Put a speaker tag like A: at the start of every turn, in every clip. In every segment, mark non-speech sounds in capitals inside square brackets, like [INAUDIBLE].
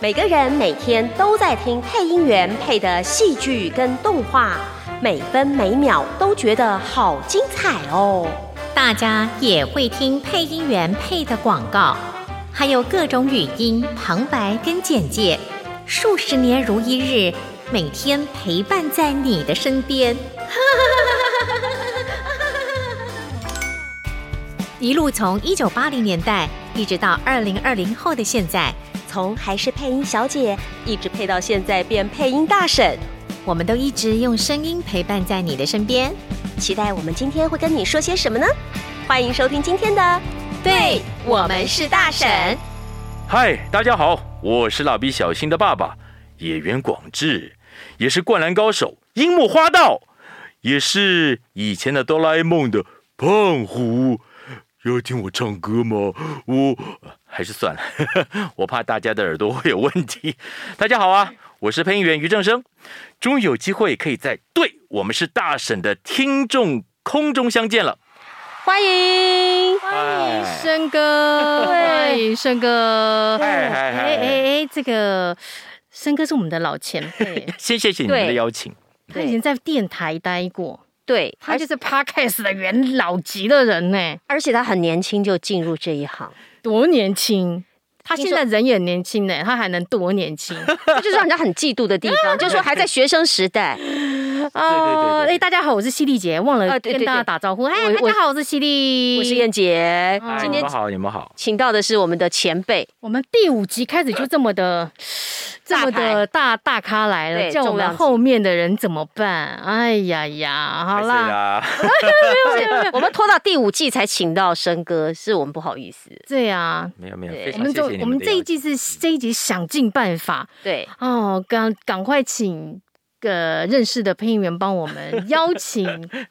A: 每个人每天都在听配音员配的戏剧跟动画，每分每秒都觉得好精彩哦。
B: 大家也会听配音员配的广告，还有各种语音、旁白跟简介，数十年如一日，每天陪伴在你的身边。 [LAUGHS] 一路从一九八零年代一直到二零二零后的现在，
A: 从还是配音小姐，一直配到现在变配音大婶，
B: 我们都一直用声音陪伴在你的身边。
A: 期待我们今天会跟你说些什么呢？欢迎收听今天的，
B: 对我们是大婶。
C: 嗨，大家好，我是蜡笔小新的爸爸野原广志，也是灌篮高手樱木花道，也是以前的哆啦 A 梦的胖虎。要听我唱歌吗？我还是算了， [LAUGHS] 我怕大家的耳朵会有问题。大家好啊，我是配音员于正生，终于有机会可以在对我们是大婶的听众空中相见了。哎
A: 欢迎。
D: 欢
A: 哎
D: 迎
A: [LAUGHS]
D: 生哥，欢迎生哥。
C: 嗨嗨
D: 哎哎
C: 嗨！
D: 哎，这个生哥是我们的老前辈，
C: 先谢谢你们的
A: 对
C: 邀请。
D: 他以前在电台待过，
A: 对，
D: 他就是 podcast 的元老级的人呢，
A: 而且他很年轻就进入这一行，
D: 多年轻！他现在人也年轻呢，他还能多
A: [LAUGHS]
D: 年轻啊
A: 这就是让人家很嫉妒的地方，就是说还在学生时代。
D: 哦！哎，大家好，我是犀利姐，忘
A: 啊
D: 了
A: 对对
D: 跟大家
A: 对
D: 打招呼。哎，
A: 我
D: 大家好，我是犀利，
A: 我是燕姐，
D: 嗯
C: 哎
A: 今
C: 你
A: 天
C: 们好，你们好。
A: 请到的是我们的前辈，
D: 我们第五集开始就这
A: [LAUGHS]
D: 么的，这么的大大咖来
A: 对
D: 了，叫我
A: 重量
D: 们
A: 级
D: 后面的人怎么办？哎呀呀，好
C: 还是
D: 啦，
C: 啦，
A: [LAUGHS] 我们拖到第五季才请到生哥，是我们不好意思。
D: 这样。
C: 没有没有，
A: 对
C: 非
D: 啊
C: 常哎啊谢
D: 我们就
C: 谢你
D: 我
C: 们
D: 们
C: 的
D: 这一
C: 邀请
D: 季是这一集想尽办法
A: [LAUGHS] 对，
D: 哦，赶赶快请个认识的配音员帮我
C: [LAUGHS]
D: 们邀请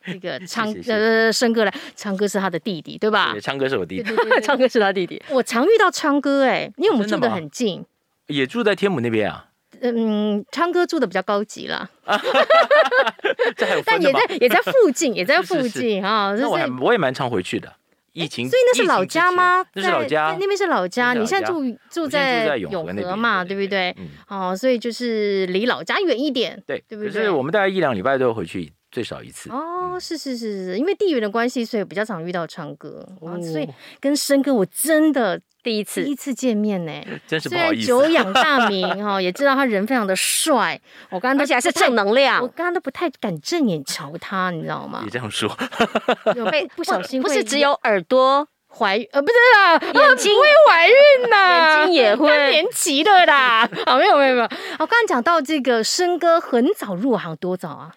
D: 这个昌
C: 谢谢
D: 呃生哥来，昌哥是他的弟弟对吧
C: 对，？昌哥是我弟
D: 啊对
C: 弟，
D: 对对对
A: 唱歌是他弟弟，
D: 我常遇到昌哥哎、因为我们住
C: 真的
D: 的
C: 吗
D: 很近，
C: 也住在天母那边
D: [LAUGHS]
C: 啊，
D: 嗯，昌哥住的比较高级啦，
C: 这还有
D: 但
C: 分的
D: 也
C: 吗？
D: [LAUGHS] 在也在附近，也在
C: [LAUGHS] 是
D: 附
C: 是
D: 近啊，就
C: 那我还
D: 是
C: 我也蛮常回去的。疫情，
D: 哎所以那是老家吗
C: 疫？情之前那是老
D: 在
C: 家
D: 在，那边是老
C: 那
D: 家。
C: 是老
D: 你现
C: 家
D: 在住住
C: 我现在住
D: 在
C: 在永和那边
D: 嘛，
C: 对对
D: 对不对？
C: 嗯，
D: 哦，所以就是离老家远一点。
C: 对，
D: 对不对
C: 可是我们大概一两礼拜都要回去，最少一次。
D: 哦，
A: 嗯
D: 是是是是，因为地缘的关系，所以比较常遇到唱歌，啊所以跟生哥我真的
A: 哦第一
D: 第
A: 次
D: 一次见面
A: [LAUGHS]
D: 呢。
C: 真是不
D: 虽
C: 好
D: 然
C: 意思，
D: 久仰大名哈，也知道他人非常的帅，我刚刚都
A: 而且还啊是
D: 不太
A: 正，能
D: 我
A: 量，
D: 刚刚都不太敢正眼瞧他，你知道吗
A: [LAUGHS]
C: 也？这样说，
D: 有被不小心
A: 不
D: 会
A: 是只有耳 [LAUGHS] 朵，
D: 怀孕，呃，不是啦，
A: 眼睛
D: 会怀孕呐、
A: [LAUGHS] 眼睛也会
D: 更年期的啦。 [LAUGHS] 啊，没有没有没有，我刚刚讲到这个生哥很早入行，多早啊？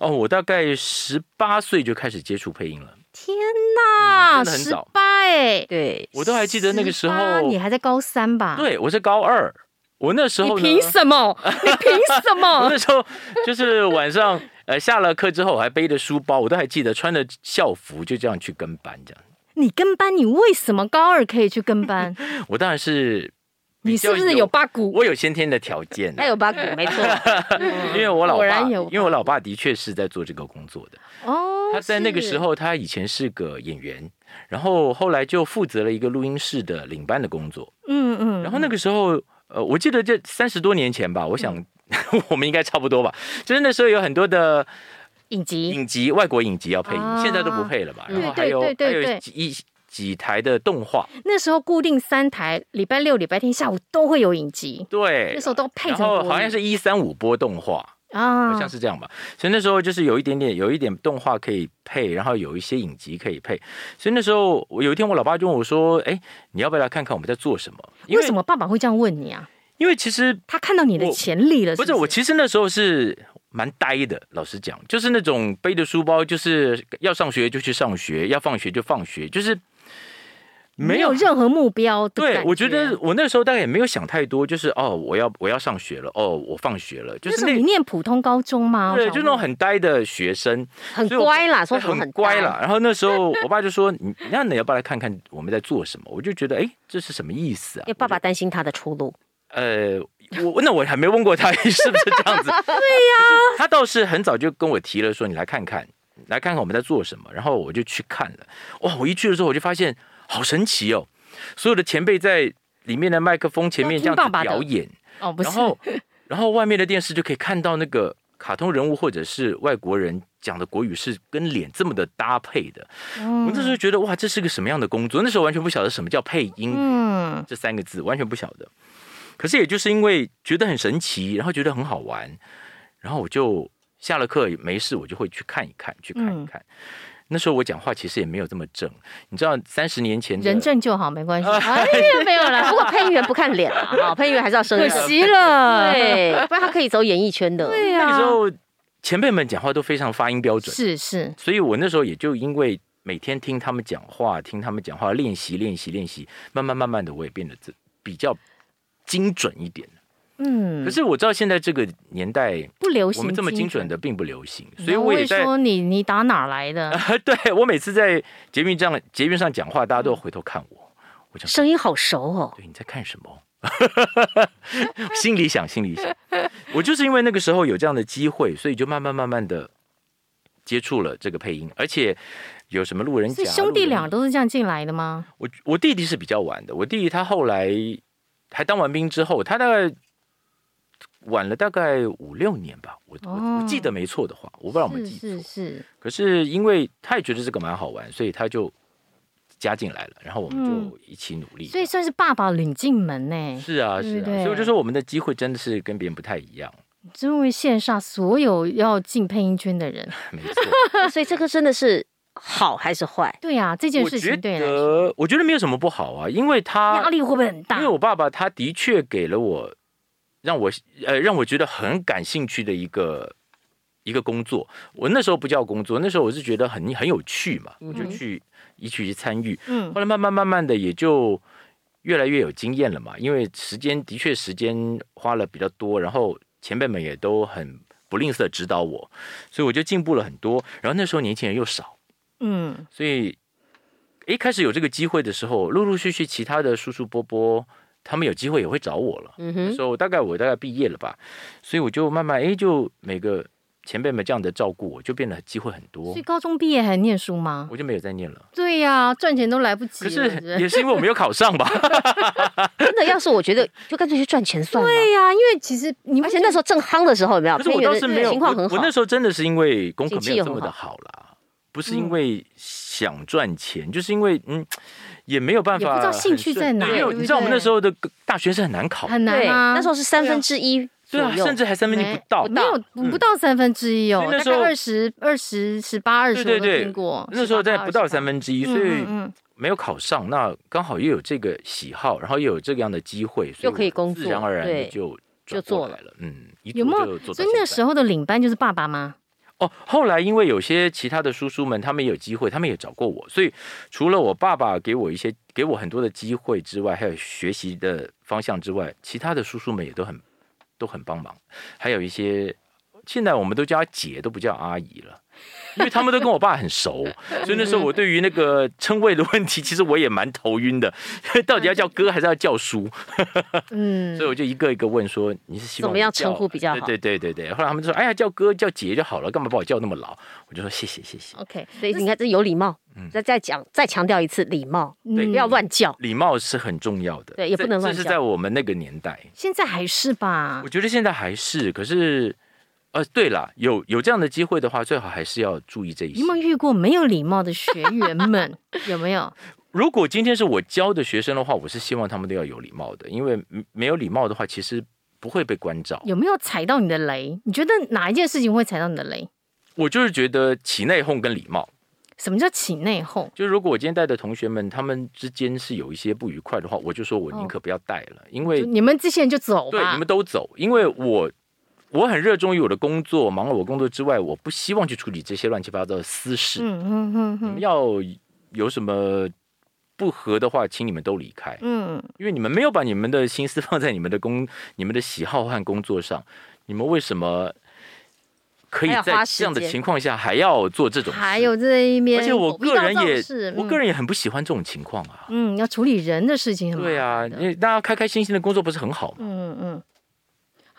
C: 哦，我大概十八岁就开始接触配音了，
D: 天呐，
C: 嗯真的很
D: 十
C: 早
D: 八哎，
A: 对，
C: 我都还记得那个时
D: 18
C: 候，
D: 你还在高三吧？，
C: 对我是高二，我那时
D: 你
C: 候呢，
D: 凭什
C: [LAUGHS]
D: 么？你凭什
C: 我
D: 么
C: [LAUGHS] 那？时候就是晚上，呃，下了课之后我还背着书包，我都还记得穿着校服就这样去跟班，这样。
D: 你跟班，你为什么高二可以去跟
C: [LAUGHS]
D: 班？
C: 我当然是比
D: 你
C: 较
D: 是不是有八股？
C: 我有先天的条件的
A: 他有哎八股，没 [LAUGHS] 错，
C: 因为我老
D: 果
C: 爸，
D: 然有
C: 因为我老爸的确是在做这个工作的。
D: 哦，
C: 他在那个
D: 是
C: 时，候，他以前是个演员，然后后来就负责了一个录音室的领班的工作。
D: 嗯嗯，
C: 然后那个时候，呃，我记得这三十多年前吧，我想、 [LAUGHS] 我们应该差不多吧。就是那时候有很多的
D: 影集，
C: 影集，外国影集要配音，
D: 啊
C: 现在都不配了吧？然后
D: 对
C: 还有
D: 对对对
C: 还有
D: 对
C: 几一几台的动画，
D: 那时候固定三台，礼拜六、礼拜天下午都会有影集，
C: 对，
D: 那时候都配
C: 然
D: 成
C: 后
D: 国
C: 好像
D: 语
C: 是一三五播动画。
D: 啊，
C: 好像是这样吧。所以那时候就是有一点点，有一点动画可以配，然后有一些影集可以配。所以那时候我有一天，我老爸就问我说：“哎，你要不要来看看我们在做什么？”因
D: 为什？么爸爸会这样问你啊？
C: 因为其实
D: 他看到你的
C: 我
D: 潜力了
C: 不是
D: 是
C: 我，其实那时候是蛮呆的，老实讲，就是那种背着书包，就是要上学就去上学，要放学就放学，就是
D: 没有任何目标的感
C: 对，我觉得我那时候大概也没有想太多，就是哦，我要我要上学了，哦，我放学了，就
D: 那
C: 是
D: 时候你
C: 那
D: 念普通高中吗？
C: 对，
D: 我想
C: 就那种
D: 问
C: 很呆的学生。
A: 很乖啦，说
C: 对
A: 什么很
C: 很乖
A: 啦，
D: [LAUGHS]
C: 啦。然后那时候我爸就说：“你那你要不要来看看我们在做什么？”我就觉得，哎，这是什么意思啊
A: 因为？爸爸担心他的出路，
C: 呃，我那我还没问过他 [LAUGHS] 是不是这
D: [LAUGHS]
C: 样子。对呀、他倒是很早就跟我提了，说你来看看，来看看我们在做什么。然后我就去看了，哇！我一去的时候我就发现好神奇哦，所有的前辈在里面的麦克风前面这样
D: 要听
C: 子
D: 爸爸的
C: 表演，
D: 哦，不是
C: 然，后然后外面的电视就可以看到那个卡通人物或者是外国人讲的国语是跟脸这么的搭配的。我那时候觉得哇，这是个什么样的工作？那时候完全不晓得什么叫配音
D: 嗯，
C: 这三个字，完全不晓得。可是也就是因为觉得很神奇，然后觉得很好玩，然后我就下了课也没事，我就会去看一看，去看
D: 嗯
C: 一看。那时候我讲话其实也没有这么正，你知道，三十年前的
B: 人
D: 正就好，没关
C: [LAUGHS]
D: 系。哎呀，没有了，
A: 不过配音员不看脸啊，哈，配音员还是要声
D: 哎可
A: 音。
D: 惜了。
A: 对，不然他可以走演艺圈的。
D: 对
C: 那个时
D: 呀，
C: 候前辈们讲话都非常发音标准，
D: 是是，
C: 所以我那时候也就因为每天听他们讲话，听他们讲话，练习练习练习，慢慢慢慢的我也变得这比较精准一点。
D: 嗯，
C: 可是我知道现在这个年代，
D: 不流行
C: 我们这么精准
D: 的，
C: 的并不流行，
D: 那
C: 所以我也
D: 会
C: 在啊
D: 说你你打哪儿来的？
C: [LAUGHS] 对我每次在捷运上捷运上讲话，大家
D: 嗯
C: 都回头看我，
A: 声音好熟 [LAUGHS] 哦，
C: 对你在看什么？ [LAUGHS] 心里想，心里想，我就是因为那个时候有这样的机会，所以就慢慢慢慢的接触了这个配音，而且有什么路人
D: 是
C: 甲、
D: 兄弟
C: 路人
D: 俩都是这样进来的吗？
C: 我我弟弟是比较晚的，我弟弟他后来还当完兵之后，他大概晚了大概五六年吧，我、我
D: 哦
C: 我记得没错的话，我不知道我们
D: 是
C: 记错。
D: 是是，
C: 可是因为他也觉得这个蛮好玩，所以他就加进来了，然后我们
D: 嗯
C: 就一起努力。
D: 所以算是爸爸领进门呢。
C: 是啊，
D: 对
C: 是啊，
D: 对
C: 所以我就说我们的机会真的是跟别人不太一样，
D: 真为羡煞所有要进配音圈
C: [LAUGHS]
D: 的人。
C: 没
D: [LAUGHS]
C: 错。
A: 所以这个真的是好还是坏？
D: 对呀、这件
C: 我
D: 事
C: 觉
D: 情对你来说
C: 得，我觉得没有什么不好啊，因为他
D: 压力会不会很大
C: 因为？我爸爸他的确给了我，让我呃让我觉得很感兴趣的一个一个工作。我那时候不叫工作，那时候我是觉得很很有趣嘛，我就去一起去参与。
D: 嗯
C: 后来慢慢慢慢的也就越来越有经验了嘛，因为时间的确时间花了比较多，然后前辈们也都很不吝啬指导我，所以我就进步了很多。然后那时候年轻人又少。
D: 嗯，
C: 所以一开始有这个机会的时候，陆陆续续其他的叔叔伯伯他们有机会也会找我了。
A: 嗯
C: 那
A: 哼，
C: 时候大概我大概毕业了吧，所以我就慢慢哎，就每个前辈们这样的照顾我，就变得机会很多
D: 所以，高中毕业还念书吗？
C: 我就没有再念了。
D: 对呀、赚钱都来不及
C: 可
D: 了。
C: 是
D: 不
C: 也是因为我没有考上吧？
A: [LAUGHS] 真的要是我觉得就干脆去赚钱算了。
D: 对呀、因为其实你
A: 而且那时候正夯的时啊候，有没有？
C: 可是我当时没有，
A: 情况
C: 我
A: 很好
C: 我。那时候真的是因为功课
A: 景气
C: 没有这
A: 很
C: 么的
A: 好
C: 好啦，不是因为想赚钱，就是因为嗯，也没有办
D: 也
C: 法
D: 不知道
C: 很顺，
D: 兴趣在哪
C: 对没有
D: 对不
C: 你知道我们
D: 对
C: 那时候的大学是很难考的，
D: 很难
A: 对，
D: 啊。
A: 那时候是三
D: 对啊
A: 分之一左
C: 对啊，
A: 右，
C: 甚至还三分之一不到，
D: 没有
C: 嗯
D: 不到三分之一哦
C: 所以，那
D: 大
C: 时候
D: 概二十二十十八二十
C: 对
D: 我都
C: 对对
D: 听过。
A: 哦
C: 那时候在不到三分之一，
D: 之
C: 所以
D: 嗯
C: 没有考上。那刚好又有这个喜好，然后又有这样的机会，所
A: 又可以工作
C: 自然而然
A: 对
C: 地就
A: 就
C: 转
A: 做
C: 过
A: 了
C: 来了。嗯，一
D: 有
C: 做
D: 没
C: 就
D: 有？
C: 做到
D: 所以那
C: 现在
D: 时候的领班就是爸爸吗？
C: 哦，后来因为有些其他的叔叔们，他们也有机会，他们也找过我，所以除了我爸爸给我一些给我很多的机会之外，还有学习的方向之外，其他的叔叔们也都很都很帮忙，还有一些。现在我们都叫她姐，都不叫阿姨了，因为他们都跟我爸很熟，所以那时候我对于那个称谓的问题，其实我也蛮头晕的，到底要叫哥还是要叫叔？
D: 嗯
C: 所以我就一个一个问说你是希望
A: 怎么样
C: 我叫
A: 称呼比较好
C: 对对对对对。后来他们就说：“哎呀，叫哥叫姐就好了，干嘛把我叫那么老？”我就说：“谢谢谢谢。
D: ，OK，
A: 所以你看，这有礼貌
C: 嗯。
A: 再再讲，再强调一次，礼貌，
D: 对
A: 嗯不要乱叫”。
C: 礼貌是很重要的，
A: 对也不能
C: 这
A: 乱
C: 这是
A: 叫
C: 在我们那个年代，
D: 现在还是吧
C: 我。觉得现在还是，可是，呃，对啦，有有这样的机会的话，最好还是要注意这一
D: 你
C: 些
D: 有。没有遇过没有礼貌的学
C: [LAUGHS]
D: 员们？有没有？
C: 如果今天是我教的学生的话，我是希望他们都要有礼貌的，因为没没有礼貌的话，其实不会被关照。
D: 有没有踩到你的雷？你觉得哪一件事情会踩到你的雷？
C: 我就是觉得起内讧跟礼貌。
D: 什么叫起内讧？
C: 就如果我今天带的同学们，他们之间是有一些不愉快的话，我就说我宁可不要带了，因为
D: 哦就你们这些人就走
C: 对
D: 吧。
C: 你们都走，因为我我很热衷于我的工作，忙了我工作之外，我不希望去处理这些乱七八糟的私事。
D: 嗯嗯嗯
C: 你们
D: 嗯
C: 要有什么不合的话，请你们都离开，
D: 嗯，
C: 因为你们没有把你们的心思 [LAUGHS] 放在你们的工、你们的喜好和工作上，你们为什么？可以
A: 还要花
C: 在
A: 时
C: 这样的
A: 间
C: 情况下还要做这种事，
D: 还有这一边，
C: 而且我
D: 狗屁
C: 个人
D: 倒
C: 也
D: 是，
C: 我个人也很不喜欢这种情况啊。
D: 嗯，嗯要处理人的事情很麻
C: 对啊，
D: 烦的
C: 因为大家开开心心的工作不是很好吗？
D: 嗯嗯。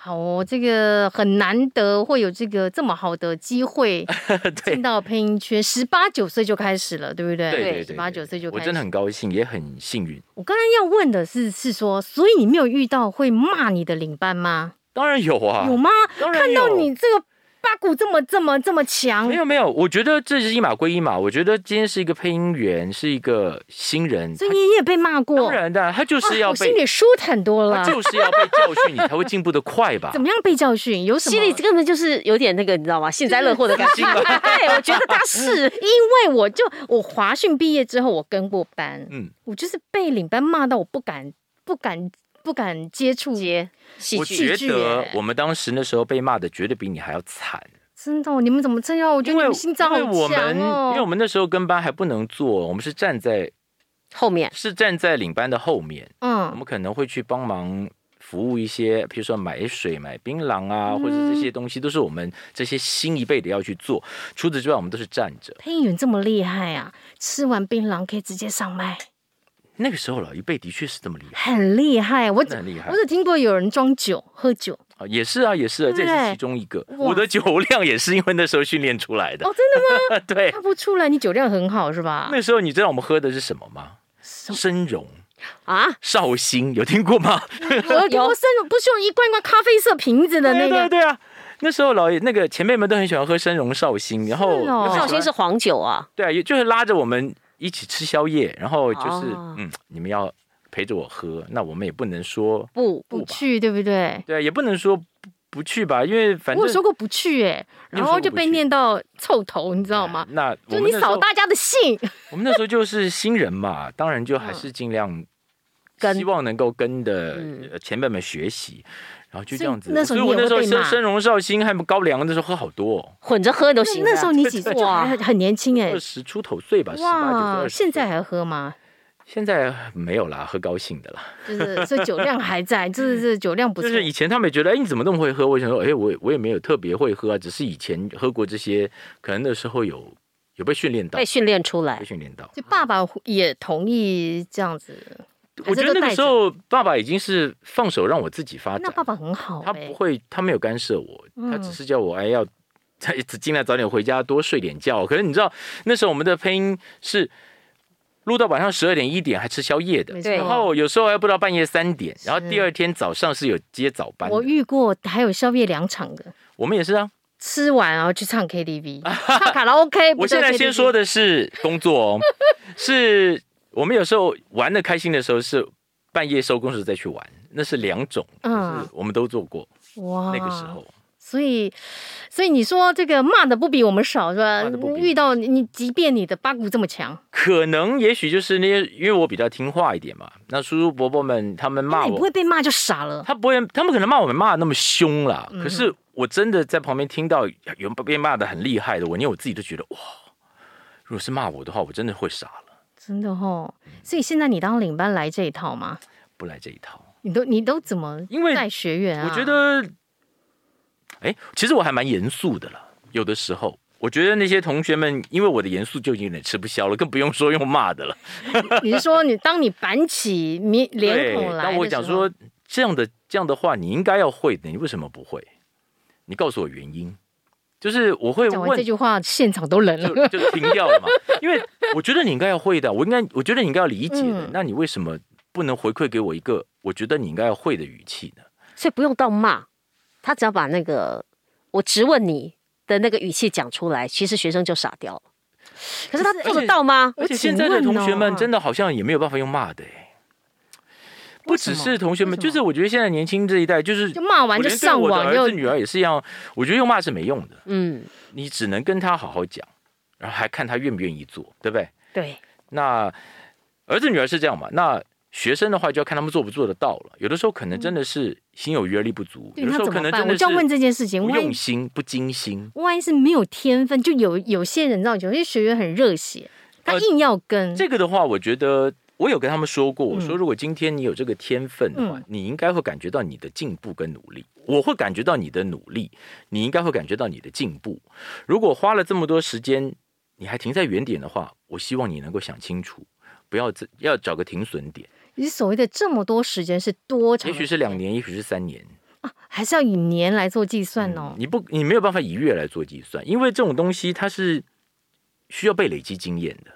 D: 好哦，这个很难得会有这个这么好的机会
C: 哎 [LAUGHS] 对
D: 进到配音圈，十八九岁就开始了，对不对？
C: 对对对
D: 十
C: 对，
D: 八九岁就
C: 我
D: 开始。
C: 真的很高兴，也很幸运。
D: 我刚刚要问的是，是说，所以你没有遇到会骂你的领班吗？
C: 当然有啊，
D: 有吗？
C: 当然
D: 看到
C: 有
D: 你这个八股这么这么这么强
C: 没，有没有，我觉得这是一码归一码。我觉得今天是一个配音员，是一个新人，
D: 所以你也被骂过。
C: 当然的，他就是
D: 哇
C: 要
D: 我心
C: 被，
D: 里舒坦多
C: 他
D: 了。
C: 啊就是要被教训，你才会进步的快吧 [LAUGHS]
D: 怎？么样被教训？有什么？
A: 心里根本就是有点那个，你知道吗？幸灾乐祸的感
C: [LAUGHS]
A: 觉。 [LAUGHS]
D: 对，我觉得他是因为我就我华讯毕业之后，我跟过班，
C: 嗯，
D: 我就是被领班骂到我不敢不敢不敢接触，
A: 接戏
C: 我
A: 剧
C: 觉
D: 剧
C: 得
D: 耶
C: 我们当时那时候被骂的，绝对比你还要惨。
D: 真的哦、你们怎么这样？我觉
C: 因
D: 得你
C: 为
D: 们心脏好
C: 因为我
D: 强
C: 们，因为我
D: 哦。
C: 们那时候跟班还不能做，我们是站在
A: 后面
C: 是站在领班的后面，我
D: 嗯，
C: 们可能会去帮忙服务一些，比如说买水、买槟榔啊，
D: 嗯
C: 或者这些东西都是我们这些新一辈的要去做。除此之外，我们都是站着。
D: 配音员这么厉害啊，吃完槟榔可以直接上麦，
C: 那个时候老一辈的确是这么厉害，
D: 很厉害。我
C: 真的
D: 只
C: 很厉害
D: 我只听过有人装酒喝酒，哦
C: 啊，也是啊，也是啊，这
D: 对
C: 也是其中一个。 [LAUGHS]
D: 哇
C: 我的酒量也是因为那时候训练出来的。
D: 哦真
C: 的吗？ [LAUGHS] 对，
D: 看不出来你酒量很好是吧？
C: 那时候你知道我们喝的是什么吗？生茸、
A: 啊，
C: 绍兴，有听过吗？
D: 我听过生龙，不是用一罐一罐咖啡色瓶子 [LAUGHS] 的那
C: 对对
D: 个，
C: 对啊！那时候老爷那个前辈们都很喜欢喝生茸绍兴，然后
D: 是哦
C: 很喜欢
A: 绍兴是黄酒啊，
C: 对啊，也就是拉着我们一起吃宵夜，然后就是、
A: 哦
C: 嗯，你们要陪着我喝，那我们也不能说
A: 不
D: 不去对不对？
C: 对啊，也不能说不不去吧，因为反
D: 我
C: 正
D: 有说过不去哎、
C: 你有
D: 然
C: 说
D: 后
C: 过
D: 就
C: 不
D: 被
C: 去
D: 念到臭头，你知道吗？
C: 那我
D: 就
C: 们
D: 你
C: 那时
D: 扫
C: 候
D: 大家的兴，
C: 我们那时候就是新人嘛，当然就
D: 嗯
C: 还是尽量
A: 跟
C: 希望能够跟的
A: 嗯
C: 呃前辈们学习，然后就这样子。
D: 所以那时
C: 所
D: 候
C: 以
D: 你
C: 我
D: 也
C: 那时候
D: 会被骂
C: 生生荣绍兴和高粱那时候喝好多、哦，
A: 混着喝都行
D: 那
A: 的。
D: 那时
C: 啊 [LAUGHS]
D: 候你几岁？
A: 对对
D: 哇，很很年轻哎、
C: 二十出头岁吧，十八九岁
D: 哇，
C: 二十。
D: 现在还喝吗？
C: 现在没有啦，喝高兴的啦。
D: 就是所以酒
C: [LAUGHS]
D: 量还在，就是这酒量不
C: 就
D: 错。
C: 是以前他们也觉得，哎，你怎么那么会喝？我想说，哎，我也我也没有特别会喝啊，只是以前喝过这些，可能那时候有有被训练到
A: 被，训练出来
C: 被。训练到。
D: 就爸爸也同意这样子，
C: 我觉
D: 还
C: 得
D: 是都
C: 那
D: 带
C: 个
D: 着
C: 时候爸爸已经是放手让我自己发展
D: 那
C: 了，
D: 爸爸很好
C: 他
D: 哎、
C: 不会，他没有干涉我，他
D: 嗯
C: 只是叫我哎要， [LAUGHS] 他尽量早点回家，多睡点觉。可是你知道那时候我们的配音是录到晚上十二点一点还吃宵夜的
D: 没，
A: 对
D: 错
C: 然后有时候还不到半夜三点，然后
D: 是
C: 第二天早上是有接早班的
D: 我遇过还有宵夜两场的，
C: 我们也是啊。
D: 吃完然后去
C: [LAUGHS]
D: 唱 KTV，唱卡拉 OK 不
C: 我
D: 叫 KTV。
C: 现在先说的是工作哦， [LAUGHS] 是我们有时候玩的开心的时候是半夜收工时再去玩，那是两种，
D: 嗯哦
C: 嗯，我们都做过
D: 哇
C: [LAUGHS] 那个时候。
D: 所以，所以你说这个骂的不比我们少是吧
C: 骂得不？比
D: 遇到你你，即便你的八股这么强，
C: 可能也许就是那些，因为我比较听话一点嘛。那叔叔伯伯们他们
D: 那
C: 骂
D: 你不
C: 我，
D: 会被骂就傻了。
C: 他不会，他们可能骂我们骂的那么凶啦。
D: 嗯
C: 可是我真的在旁边听到有人被骂的很厉害的，我连我自己都觉得哇，如果是骂我的话，我真的会傻了，
D: 真的哦。所以现在你当领班来这一套吗？
C: 不来这一套。
D: 你都你都怎么
C: 因为
D: 带学员啊？
C: 我觉得， [LAUGHS] 哎，其实我还蛮严肃的了。有的时候，我觉得那些同学们，因为我的严肃就已经有点吃不消了，更不用说用骂的了。
D: [LAUGHS] 你是说你当你板起面 [LAUGHS] 脸孔来，
C: 当我讲说，这样的这样的话，你应该要会的，你为什么不会？你告诉我原因。就是我会
D: 讲完这
C: 问，
D: 句话，现场都冷了。 [LAUGHS]
C: 就就停掉了嘛。 [LAUGHS] 因为我觉得你应该要会的，我应该，我觉得你应该要理解的。
D: 嗯
C: 那你为什么不能回馈给我一个我觉得你应该要会的语气呢？
A: 所以不用到骂，他只要把那个我直问你的那个语气讲出来，其实学生就傻掉了。可是他
C: 可是
A: 做得到吗？
C: 而且
D: 我
C: 现
D: 请
C: 在的
D: 问
C: 同
D: 哦
C: 学们真的好像也没有办法用骂的、欸，不只是同学们，
D: 为什么
C: 就是我觉得现在年轻这一代，就是
D: 就骂完
C: 我
D: 就
C: 连对
D: 上
C: 我的
D: 网
C: 儿
D: 又
C: 子女儿也是一样，我觉得用骂是没用的，
A: 嗯，
C: 你只能跟他好好讲，然后还看他愿不愿意做，对不对？
A: 对，
C: 那儿子女儿是这样嘛？那学生的话就要看他们做不做得到了，有的时候可能真的是心有余而力不足，
D: 对
C: 有的
D: 那
C: 时候
D: 怎
C: 可
D: 么
C: 能
D: 办？
C: 真
D: 我
C: 的
D: 就要问
C: 是
D: 这件事情，
C: 不
D: 万一
C: 用心、不精心。
D: 万一是没有天分，就有有些人，你知道，有些学员很热血，他
C: 呃
D: 硬要跟，
C: 这个的话，我觉得我有跟他们说过，我
D: 嗯
C: 说如果今天你有这个天分的话，
D: 嗯
C: 你应该会感觉到你的进步跟努力。我会感觉到你的努力，你应该会感觉到你的进步。如果花了这么多时间，你还停在原点的话，我希望你能够想清楚，不要自要找个停损点，
D: 你所谓的这么多时间是多长
C: 也
D: 的？
C: 许是两年，也许是三年。嗯
D: 还是要以年来做计算哦。
C: 你不，你没有办法以月来做计算，因为这种东西它是需要被累积经验的。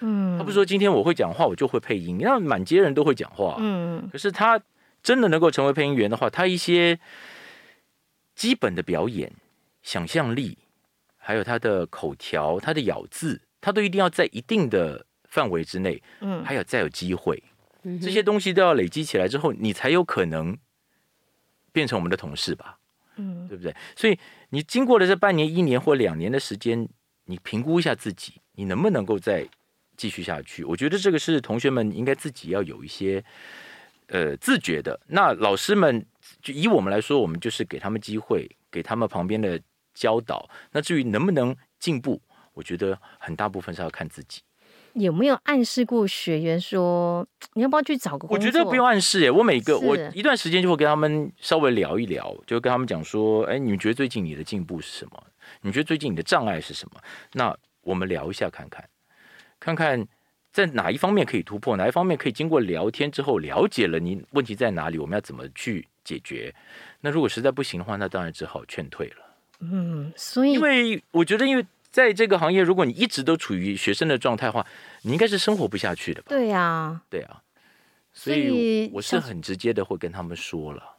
D: 嗯，
C: 他不是说今天我会讲话，我就会配音，那满街人都会讲话。啊
D: 嗯，
C: 可是他真的能够成为配音员的话，他一些基本的表演、想象力，还有他的口条、他的咬字，他都一定要在一定的范围之内，
D: 嗯
C: 还有再有机会，
A: 嗯
C: 这些东西都要累积起来之后，你才有可能变成我们的同事吧，
D: 嗯
C: 对不对？所以你经过了这半年、一年或两年的时间，你评估一下自己，你能不能够再继续下去？我觉得这个是同学们应该自己要有一些呃自觉的。那老师们就以我们来说，我们就是给他们机会，给他们旁边的教导。那至于能不能进步，我觉得很大部分是要看自己。
D: 有没有暗示过学员说你要不要去找个工
C: 我
D: 作？
C: 觉得不用暗示欸耶，我每个
D: 是
C: 我一段时间就会跟他们稍微聊一聊，就跟他们讲说，哎，你觉得最近你的进步是什么？你觉得最近你的障碍是什么？那我们聊一下看看，看看在哪一方面可以突破，哪一方面可以经过聊天之后了解了你问题在哪里，我们要怎么去解决？那如果实在不行的话，那当然只好劝退了。
D: 嗯，所以
C: 因为我觉得，因为在这个行业，如果你一直都处于学生的状态的话，你应该是生活不下去的吧？
D: 对啊，
C: 对啊，
D: 所
C: 所
D: 以
C: 以我是
D: 像
C: 很直接的会跟他们说了，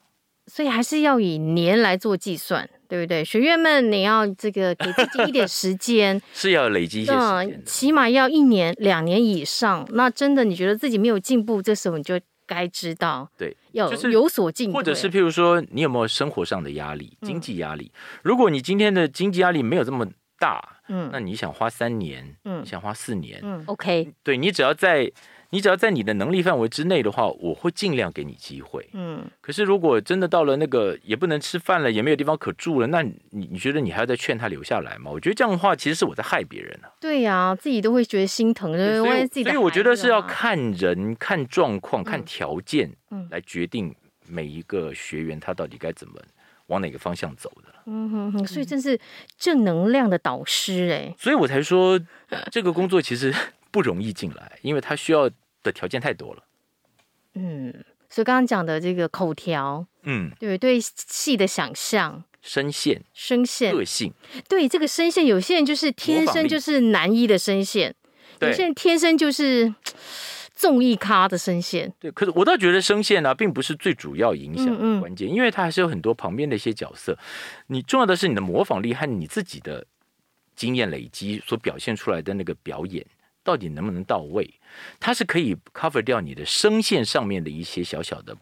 D: 所以还是要以年来做计算，对不对？学员们，你要这个给自己一点时间，
C: 是要累 [LAUGHS] 积一些时间的。
D: 起码要一年、两年以上。那真的你觉得自己没有进步，这时候你就该知道
C: 对，
D: 要
C: 就是
D: 有所进步，
C: 或者是譬如说，你有没有生活上的压力、
D: 嗯
C: 经济压力？如果你今天的经济压力没有这么大，
D: 嗯
C: 那你想花三年，
D: 嗯
C: 你想花四年，
D: 嗯
A: OK，
C: 对你只要在你只要在你的能力范围之内的话，我会尽量给你机会。
D: 嗯
C: 可是如果真的到了那个也不能吃饭了，也没有地方可住了，那你你觉得你还要再劝他留下来吗？我觉得这样的话，其实是我在害别人啊。
D: 对呀、自己都会觉得心疼，对
C: 所
D: 不对？
C: 以
D: 为自己的
C: 所以我觉得是要
D: 孩子嘛
C: 看人、看状况、看条件，
D: 嗯
C: 来决定每一个学员他到底该怎么往哪个方向走的。
D: 嗯哼哼，所以真是正能量的导师哎、
C: 所以我才
D: [LAUGHS]
C: 说，这个工作其实不容易进来，因为他需要的条件太多了。
D: 嗯，所以刚刚讲的这个口条，
C: 嗯，
D: 对不对？对戏的想象、
C: 声线、
D: 声线，
C: 个性，
D: 对这个声线，有些人就是天生就是男一的声线，有些
C: 对
D: 人天生就是嘖综艺咖的声线。
C: 对。可是我倒觉得声线呢、并不是最主要影响
D: 嗯嗯
C: 的关键，因为它还是有很多旁边的一些角色。你重要的是你的模仿力和你自己的经验累积所表现出来的那个表演，到底能不能到位？它是可以 cover 掉你的声线上面的一些小小的，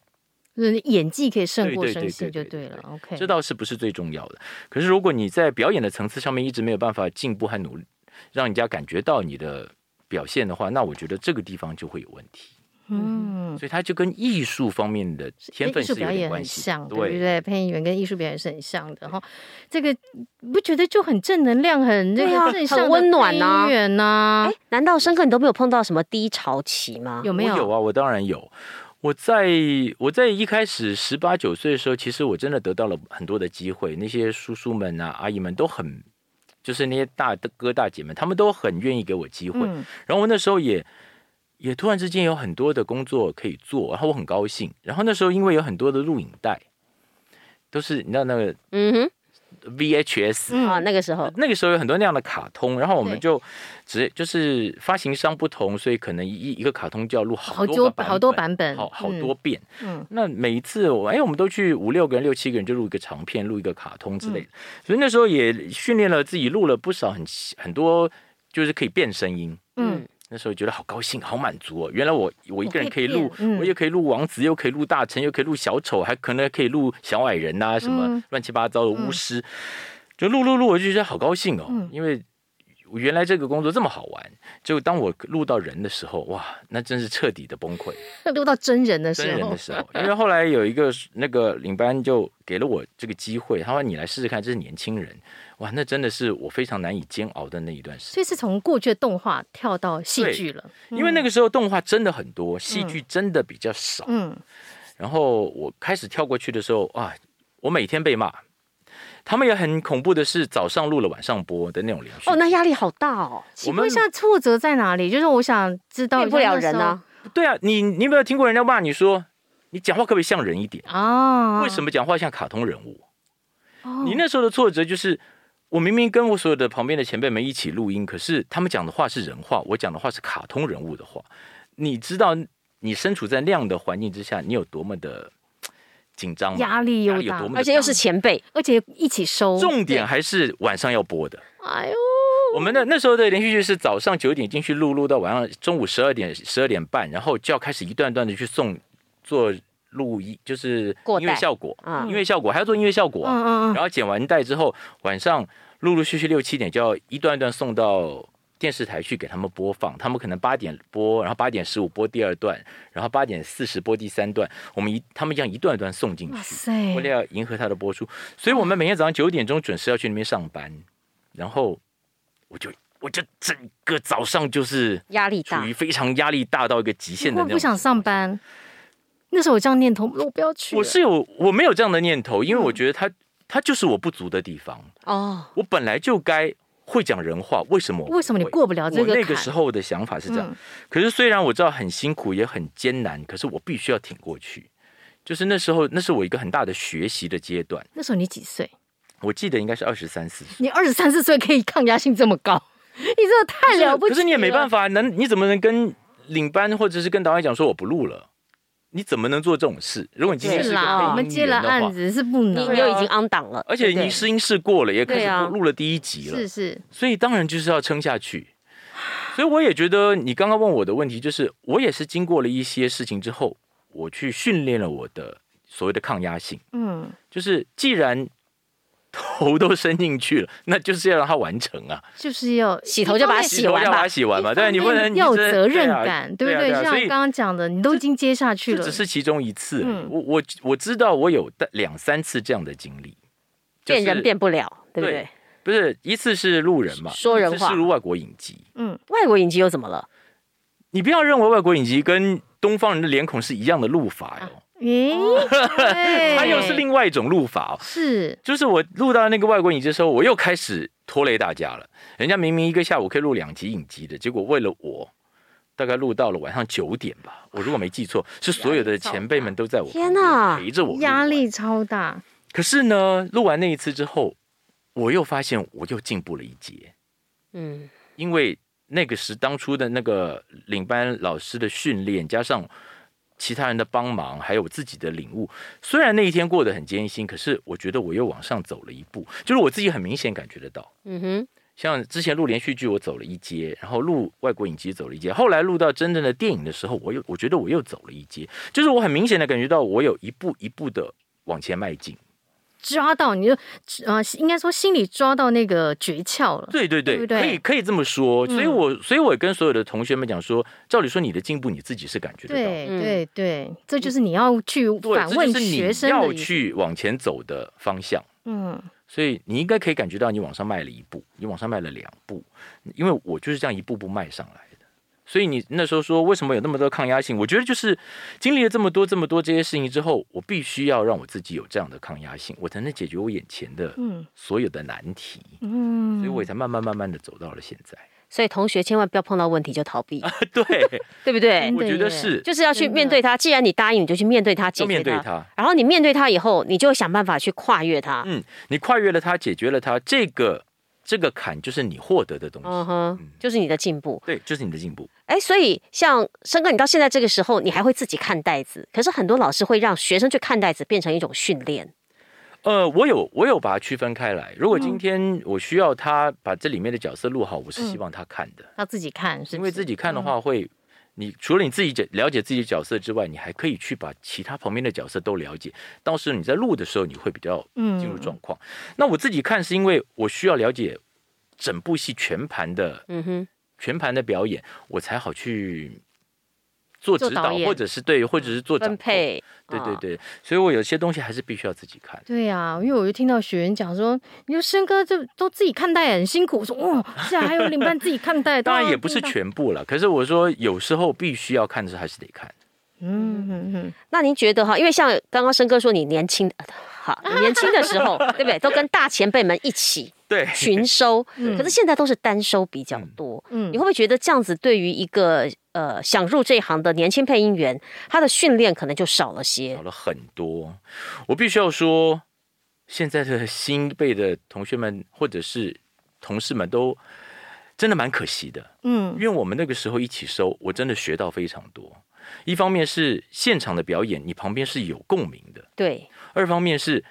D: 就是演技可以胜过
C: 对对
D: 声线
C: 对
D: 就
C: 对
D: 对了
C: 对
D: ，OK。
C: 这倒是不是最重要的。可是如果你在表演的层次上面一直没有办法进步和努力，让人家感觉到你的表现的话，那我觉得这个地方就会有问题。
D: 嗯，
C: 所以它就跟艺术方面的天
D: 跟
C: 分
D: 艺术
C: 是有
D: 表
C: 点
D: 演很
C: 关系
D: 像，
C: 的，
D: 对不对？配音员跟艺术表演是很像的哈。这个不觉得就很正能量，很这
A: 对啊
D: 个正向的
A: 很温暖啊
D: 配音员呐
A: 哎、，难道生哥你都没有碰到什么低潮期吗？
D: 有没
C: 我有
D: 有？
C: 啊，我当然有。我在我在一开始十八九岁的时候，其实我真的得到了很多的机会，那些叔叔们啊、阿姨们都很，就是那些大哥大姐们，他们都很愿意给我机会。
D: 嗯
C: 然后我那时候也也突然之间有很多的工作可以做，然后我很高兴。然后那时候因为有很多的录影带，都是你知道那个
A: 嗯
C: VHS，、
A: 哼，啊，
D: 嗯
A: 那个时候，
C: 那个时候有很多那样的卡通，然后我们
D: 对
C: 就只就是发行商不同，所以可能一一个卡通就要录
D: 好
C: 好多个
D: 多
C: 版本
D: 好多版本，
C: 好好
D: 嗯
C: 多遍。
D: 嗯
C: 那每一次我哎，我们都去五六个人、六七个人就录一个长片，录一个卡通之类的。
D: 嗯
C: 所以那时候也训练了自己，录了不少很很多，就是可以变声音。
D: 嗯，
C: 那时候觉得好高兴，好满足哦！原来我我一个人可以录
D: 我可以变嗯，
C: 我也可以录王子，又可以录大臣，又可以录小丑，还可能可以录小矮人啊呐、什么
D: 嗯
C: 乱七八糟的巫师，就录录录，我就觉得好高兴哦，
D: 嗯
C: 因为我原来这个工作这么好玩，就当我录到人的时候，哇，那真是彻底的崩溃。
D: [LAUGHS] 录到真人的时
C: 真人
D: 候
C: 的，时候，因为后来有一个那个领班就给了我这个机会，他说你来试试看，这是年轻人，哇，那真的是我非常难以煎熬的那一段时间。
D: 所以是嗯从过去的动画跳到戏剧了。
C: 因为那个时候动画真的很多，戏剧真的比较少。
D: 嗯
C: 然后我开始跳过去的时候啊，我每天被骂。他们也很恐怖的是，早上录了晚上播的那种连续。
A: 哦，那压力好大哦，
D: 请
C: 我
D: 问
C: 们
D: 一下挫折在哪里？就是我想知道
A: 变不了人
D: 呢。
A: 啊。
C: 对啊，你你有没有听过人家骂你说你讲话可不可以像人一点？
D: 啊，
C: 为什么讲话像卡通人物？
D: 哦？
C: 你那时候的挫折就是，我明明跟我所有的旁边的前辈们一起录音，可是他们讲的话是人话，我讲的话是卡通人物的话。你知道你身处在那样的环境之下，你有多么的嘖紧张吗？
D: 压力又
C: 压力有
D: 大
C: 多，么的
A: 而且又是前辈，
D: 而且一起收，
C: 重点啊还是晚上要播的。
D: 哎呦，
C: [LAUGHS] 我们的那时候的连续剧是早上九点进去录，录到晚上中午十二点十二点半，然后就要开始一段段的去送做录音，就是
A: 过
C: 音乐
A: 带
C: 效果，
A: 嗯
C: 音乐效果还要做音乐效果、啊，
D: 嗯嗯嗯，
C: 然后剪完带之后，晚上陆陆续续六七点就要一段一段送到电视台去给他们播放。他们可能八点播，然后八点十五播第二段，然后八点四十播第三段。我们一他们这样一段一段送进
D: 哇
C: 去，
D: 塞，
C: 为了要迎合他的播出，所以我们每天早上九点钟准时要去那边上班。然后我就我就整个早上就是
A: 压力
C: 处
A: 大
C: 于，非常压力大到一个极限的那
D: 我不
C: 种
D: 想上班。那时候我这样念头，我不要去了。
C: 我是有我没有这样的念头，因为我
D: 嗯
C: 觉得他他就是我不足的地方。
A: 哦，
C: 我本来就该会讲人话，为什么我不会？
D: 为什么你过不了这个
C: 我
D: 坎？
C: 那个时候的想法是这样，
D: 嗯
C: 可是虽然我知道很辛苦也很艰难，可是我必须要挺过去。就是那时候，那是我一个很大的学习的阶段。
D: 那时候你几岁？
C: 我记得应该是二十三四岁，
D: 你二十三四岁可以抗压性这么高， [LAUGHS] 你真的太了不起
C: 可是你也没办
D: 法，
C: 法，能你怎么能跟领班或者是跟导演讲说我不录了？你怎么能做这种事？如果你今天
A: 对
C: 是
D: 是
C: 个配
D: 啦，
C: 音
D: 我们接了
C: 员的话
D: 案，子是不
A: 你
D: 能，
A: 又已经 on 档了，
C: 而且
A: 对不对
C: 你试音试过了，也开始
A: 对啊
C: 录了第一集了，
D: 是是，
C: 所以当然就是要撑下去。所以我也觉得你刚刚问我的问题，就是我也是经过了一些事情之后，我去训练了我的所谓的抗压性，
D: 嗯，
C: 就是既然头都伸进去了，那就是要让它完成啊，
D: 就是要
A: 洗头就把它洗完
C: 要把
A: 吧
C: 它。洗完嘛，
D: 一
C: 对，
D: 方
C: 你不
D: 面
C: 能
D: 要有
C: 一直
D: 责任
C: 对啊
D: 感，对不
C: 啊
D: 对？
C: 啊
D: 像
C: 所
D: 刚
C: 以
D: 刚讲的，你都已经接下去
C: 这
D: 了
C: 只，是其中一次而已，
D: 嗯
C: 我我我知道我有两三次这样的经历，就是
A: 变人变不了，对不对
C: 对？不是一次是路人嘛，
A: 说人
C: 一次
A: 话
C: 是外国影集，
D: 嗯，
A: 外国影集又怎么了？
C: 你不要认为外国影集跟东方人的脸孔是一样的录法哟、
D: 啊诶，
C: 它
D: 他
C: 又哦是另外一种录法哦。
D: 是
C: 就是我录到那个外国影集的时候，我又开始拖累大家了。人家明明一个下午可以录两集影集的，结果为了我，大概录到了晚上九点吧。我如果没记错，是所有的前辈们都在我
A: 天
C: 哪
A: 哪
C: 陪着我录完
D: 压。力超大，
C: 可是呢，录完那一次之后，我又发现我又进步了一截。
A: 嗯，
C: 因为那个时当初的那个领班老师的训练，加上其他人的帮忙，还有我自己的领悟，虽然那一天过得很艰辛，可是我觉得我又往上走了一步，就是我自己很明显感觉得到。
A: 嗯哼，
C: 像之前录连续剧，我走了一阶，然后录外国影集走了一阶，后来录到真正的电影的时候，我又我觉得我又走了一阶，就是我很明显的感觉到我有一步一步的往前迈进。
D: 抓到你就呃，应该说心里抓到那个诀窍了。
C: 对对对，嗯
D: 对不对
C: 可以可以这么说。所以我所以我也跟所有的同学们讲说，照理说你的进步你自己是感觉得到的。
D: 对
A: 嗯
D: 对对，这就是你要去
C: 嗯对，
D: 反问
C: 这就是
D: 学
C: 你
D: 生的
C: 要
D: 一个，
C: 去往前走的方向。
D: 嗯，
C: 所以你应该可以感觉到你往上迈了一步，你往上迈了两步，因为我就是这样一步步迈上来的。所以你那时候说为什么有那么多抗压性？我觉得就是经历了这么多这么多这些事情之后，我必须要让我自己有这样的抗压性，我才能解决我眼前的
D: 嗯
C: 所有的难题。
D: 嗯，
C: 所以我也才慢慢慢慢的走到了现
D: [LAUGHS]
C: 在。
A: 所以同学千万不要碰到问题就逃
C: [LAUGHS]
A: 避，
C: 对，
A: 对不对
D: 真？
C: 我
D: 的
C: 觉得
D: 耶
C: 是
A: 就是要去
D: 真的
A: 面对它。既然你答应，你就去面对它，解
C: 要
A: 决
C: 面对它。
A: 然后你面对它以后，你就会想办法去跨越它。
C: 嗯，你跨越了它，解决了它，这个这个坎就是你获得的东西。
A: 嗯哼，就是你的进步。
C: 对，就是你的进步。
A: 哎，所以像生哥，你到现在这个时候，你还会自己看袋子，可是很多老师会让学生去看袋子，变成一种训练。
C: 呃，我有我有把它区分开来。如果
D: 嗯
C: 今天我需要他把这里面的角色录好，我是希望他看的，
D: 要自己看，嗯是嗯
C: 因
D: 不
C: 为
D: 是？
C: 自己看的话会，你除了你自己解了解自己的角色之外，你还可以去把其他旁边的角色都了解。到时候你在录的时候，你会比较
D: 嗯
C: 进入状况。那我自己看是因为我需要了解整部戏全盘的
A: 嗯哼，
C: 全盘的表演，我才好去做
D: 做
C: 指
D: 导
C: 导，
D: 演嗯
C: 或者是对，或者是做掌
A: 分
C: 控。
A: 配。
C: 对
A: 啊
C: 对。对，所以我有些东西还是必须要自己看。
D: 对呀、因为我就听到学员讲说，你说生哥这都自己看待很辛苦，我说哦，是啊，还有领班自己看待，
C: [LAUGHS] 当然
A: 哦
D: 啊
C: 也不是
D: 领班
C: 全部了，可是我说有时候必须要看的时候还是得看。
D: 嗯嗯嗯，
A: 那您觉得哈，因为像刚刚生哥说，你年轻，呃好，你年轻的时候，对不对？都跟大前辈们一起
C: 对，
A: 群收，
D: [LAUGHS] 嗯
A: 可是现在都是单收比较多。
D: 嗯
A: 你会不会觉得这样子对于一个呃想入这一行的年轻配音员，他的训练可能就少了些
C: 少。了很多。我必须要说，现在的新一辈的同学们或者是同事们都真的蛮可惜的，
D: 嗯
C: 因为我们那个时候一起收，我真的学到非常多。一方面是现场的表演，你旁边是有共鸣的；
A: 对，
C: 二方面是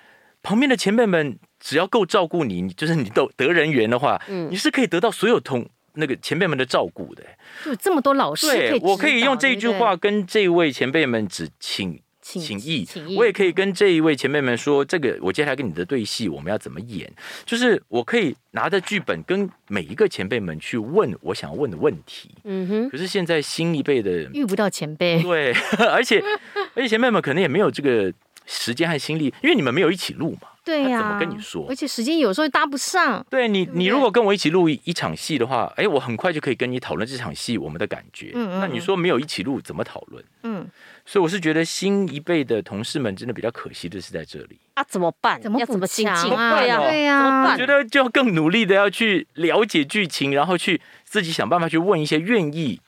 C: 旁边的前辈们只要够照顾你，你就是你都得人缘的话，
A: 嗯
C: 你是可以得到所有同那个前辈们的照顾的。欸
D: 就有这么多老师可
C: 对
D: 以，
C: 我可以用
D: 指导
C: 这句，话跟这位前辈们只请
D: 对不对
C: 请
D: 请
C: 意，
D: 请意，
C: 我也可以跟这一位前辈们说，这个我接下来跟你的对戏我们要怎么演，就是我可以拿着剧本跟每一个前辈们去问我想要问的问题。
A: 嗯哼，
C: 可是现在新一辈的，
D: 遇不到前辈，
C: 对， [LAUGHS] 而且而且前辈们可能也没有这个时间和心力，因为你们没有一起录嘛。
D: 对呀、
C: 他怎么跟你说
D: 而且时间有时候搭不上，
C: 对你，
D: 不对
C: 你如果跟我一起录一一场戏的话，哎，我很快就可以跟你讨论这场戏我们的感觉。
D: 嗯嗯
C: 那你说没有一起录怎么讨论？
D: 嗯，
C: 所以我是觉得新一辈的同事们真的比较可惜的是在这里。
A: 啊，怎么办？
D: 怎么
A: 要怎么精
D: 补
A: 进？
D: 强啊？
A: 对呀、
C: 哦
D: 对呀、
A: 嗯
C: 我觉得就要更努力的要去了解剧情，然后去自己想办法去问一些愿意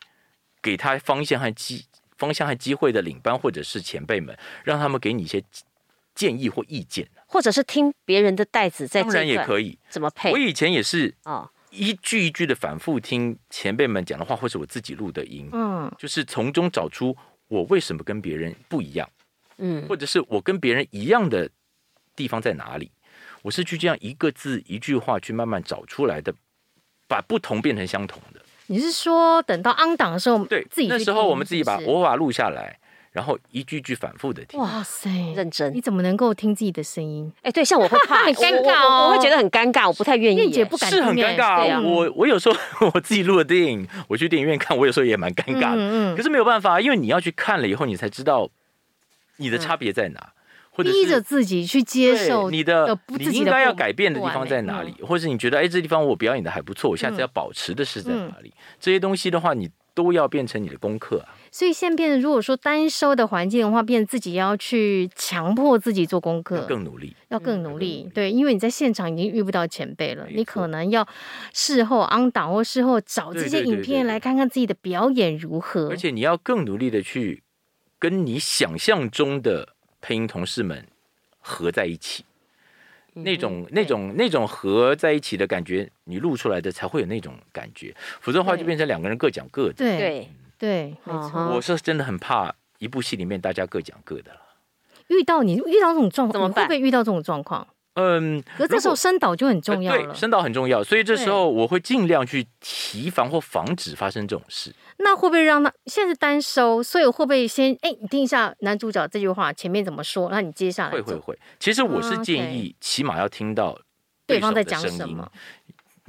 C: 给他方向和机方向和机会的领班或者是前辈们，让他们给你一些建议或意见，
A: 或者是听别人的带子在
C: 当
A: 这
C: 然
A: 一
C: 也
A: 段
C: 可以。
A: 怎么配
C: 我以前也是
A: 哦，
C: 一句一句的反复听前辈们讲的话，或是我自己录的音，
D: 嗯，
C: 就是从中找出我为什么跟别人不一样，
A: 嗯，
C: 或者是我跟别人一样的地方在哪里？我是去这样一个字一句话去慢慢找出来的，把不同变成相同的。
D: 你是说等到 on 档的时候，
C: 对，
D: 自己去
C: 那时候
D: 听
C: 我们自己把
D: 是不是
C: 我把它录下来，然后一句句反复的听。
D: 哇塞，
A: 认真
D: 你。怎么能够听自己的声音？
A: 哎，对，像我
C: [LAUGHS]
A: 会怕，
D: 很尴
A: 我我
D: 尬哦
A: 我我会觉得很尴尬，我不太愿意
D: 燕
A: 耶。
D: 姐不敢
C: 是很
D: 听
C: 尴
D: 欸
C: 尬、
A: 对啊
C: 我我有时候 [LAUGHS] 我自己录的电影，我去电影院看，我有时候也蛮尴尬的。
D: 嗯嗯
C: 可是没有办法，因为你要去看了以后，你才知道你的差别在哪，
D: 嗯
C: 或者
D: 逼
C: 是
D: 着自己去接
C: 对
D: 受
C: 你的
D: 呃不
C: 你
D: 自己
C: 应
D: 的嗯
C: 该要
D: 不
C: 改变的地方在哪里，或者你觉得哎这地方我表演的还不错，我下次要保持的是在
D: 嗯
C: 哪里？这些东西的话，你都要变成你的功课啊。
D: 所以现在变得，如果说单收的环境的话，变得自己要去强迫自己做功课，
C: 更努力。
D: 要更
C: 更努
D: 努力
C: 力。
D: 对，因为你在现场已经遇不到前辈了，
C: 没错
D: 你可能要事后 on 档或事后找
C: 对
D: 这些
C: 对对
D: 影
C: 对
D: 片
C: 对
D: 来看看自己的表演如何
C: 而。且你要更努力的去跟你想象中的配音同事们合在一起，
D: 嗯
C: 那种那种那种合在一起的感觉，你录出来的才会有那种感觉，否则的话
A: 对
C: 就变成两个人各讲各的。
D: 对
A: 对，
D: 对，没
A: 嗯
D: 错。
A: 哼
C: 我是真的很怕一部戏里面大家各讲各的了。
D: 遇到你遇到这种状
A: 怎么
D: 况，你会不
A: 办
D: 会遇到这种状况？
C: 嗯，
D: 可是这时候声导就很重要
C: 呃对，
D: 了。
C: 声导很重要，所以这时候我会尽量去提防或防止发生这种事。
D: 那会不会让他现在是单收，所以会不会先哎，你听一下男主角这句话前面怎么说，那你接下来
C: 会会
D: 走
C: 会，其实我是
D: 哎嗯
C: 建议，起码要听到
D: 对方
C: 手
D: 在
C: 的
D: 讲
C: 声
D: 什
C: 音
D: 么？？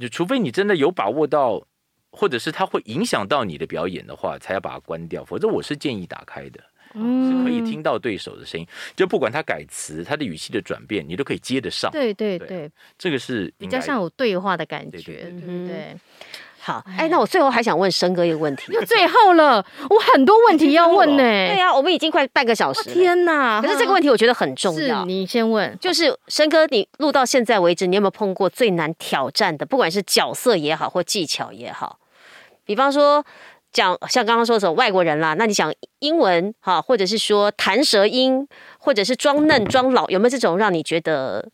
C: 就除非你真的有把握到，或者是它会影响到你的表演的话，才要把它关掉。否则我是建议打开的，
D: 嗯
C: 是可以。听到对手的声音，就不管他改词、他的语气的转变，你都可以接得上。
D: 嗯对对
C: 对
D: 对，
C: 这个是
D: 比
C: 应
D: 较
C: 该
D: 像有对话的感
C: 对对
D: 觉，对
C: 对
D: 不
A: 嗯
D: 对？
A: 好。哎，那我最后还想问生哥一个问题。
D: 又最后了，我很多问题
C: [LAUGHS]
D: 要问呢、
C: 啊
A: 对啊呀、我们已经快半个小时了。
D: 哎哦天哪！
A: 可是这个问题我觉得很重
D: 是
A: 要。
D: 你先问，
A: 就是生哥，你录到现在为止，你有没有碰过最难挑战的？不管是角色也好，或技巧也好，比方说讲像刚刚说的什么外国人啦，那你讲英文哈，或者是说弹舌音，或者是装嫩装老，有没有这种让你觉得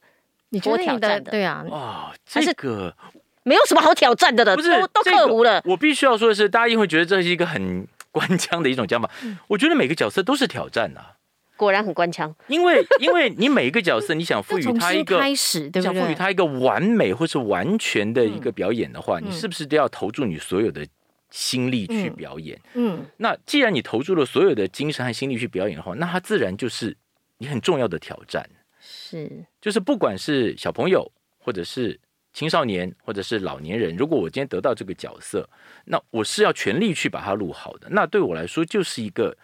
D: 你觉得
A: 多挑
D: 你的
A: 战的
D: 对啊，
C: 哇，
A: 但是
C: 这个
A: 没有什么好挑战
D: 呃
A: 的了，
C: 不是
A: 都都
C: 这个
A: 克服了？
C: 我必须要说的是，大家一定会觉得这是一个很官腔的一种讲法。
D: 嗯
C: 我觉得每个角色都是挑战呐、啊
D: [LAUGHS]
A: 果然很官腔，
C: 因为因为你每一个角色，你想赋
D: 要
C: 予
D: 从
C: 他一
D: 新
C: 个。
D: 开始，对不
C: 想赋予
D: 对？嗯
C: 他一个完美或是完全的一个表演的话，你是不是都要投注你所有的心力去
D: 嗯
C: 表演？
D: 嗯，
C: 那既然你投注了所有的精神和心力去表演的话，那它自然就是你很重要的挑战。
D: 是，
C: 就是不管是小朋友，或者是青少年，或者是老年人，如果我今天得到这个角色，那我是要全力去把它录好的。那对我来说就是一个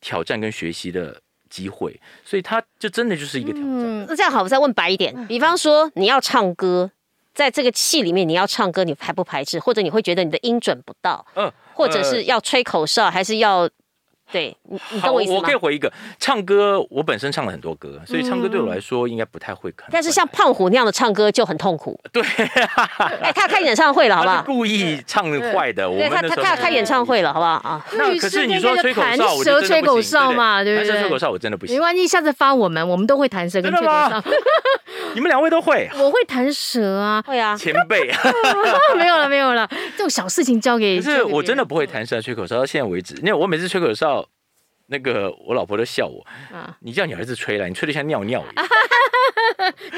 C: 挑战跟学习的机会，所以它就真的就是一个挑战。
D: 嗯，
A: 那这样好，我再问白一
C: 嗯
A: 点，比方说你要唱歌。在这个戏里面，你要唱歌，你排不排斥？或者你会觉得你的音准不到，
C: 嗯，
A: 或者
C: 呃
A: 是要吹口哨，还是要对你，你
C: 好，
A: 懂我
C: 我
A: 意思
C: 我
A: 吗
C: 可以？回一个唱歌，我本身唱了很多歌，所以唱歌对我来说应该不太会看。
A: 嗯但是像胖虎那样的唱歌就很痛苦。
C: 对，
A: [LAUGHS] 哎，他要开演唱会了，好不
C: 他是
A: 好？
C: 故意唱得坏的，我
A: 对
C: 们
A: 他，
C: 那
A: 他
C: 时候
A: 他要开演唱会了，好不好啊？，
C: 那可是你说吹口哨，我就
D: 蛇
C: 真的不行
D: 吹口哨嘛，对
C: 对
D: 不对？
C: 弹蛇吹口哨我真的不行
D: 没。关系，下次发我们，我们都会弹蛇跟
C: 真的
D: 吹口
C: 吗
D: 哨。？
C: [LAUGHS] 你们两位都会，
D: 我会弹蛇啊
C: [LAUGHS]
D: 哦
A: 会啊，
C: 前
D: [LAUGHS]
C: 辈。
D: 没有了，没有了，这种小事情交给。
C: 可是我真的不会弹舌吹口哨，到现在为止，因为我每次吹口哨，那个我老婆都笑我，
D: 啊
C: 你叫你儿子吹了，你吹的像尿尿一样。
D: [LAUGHS]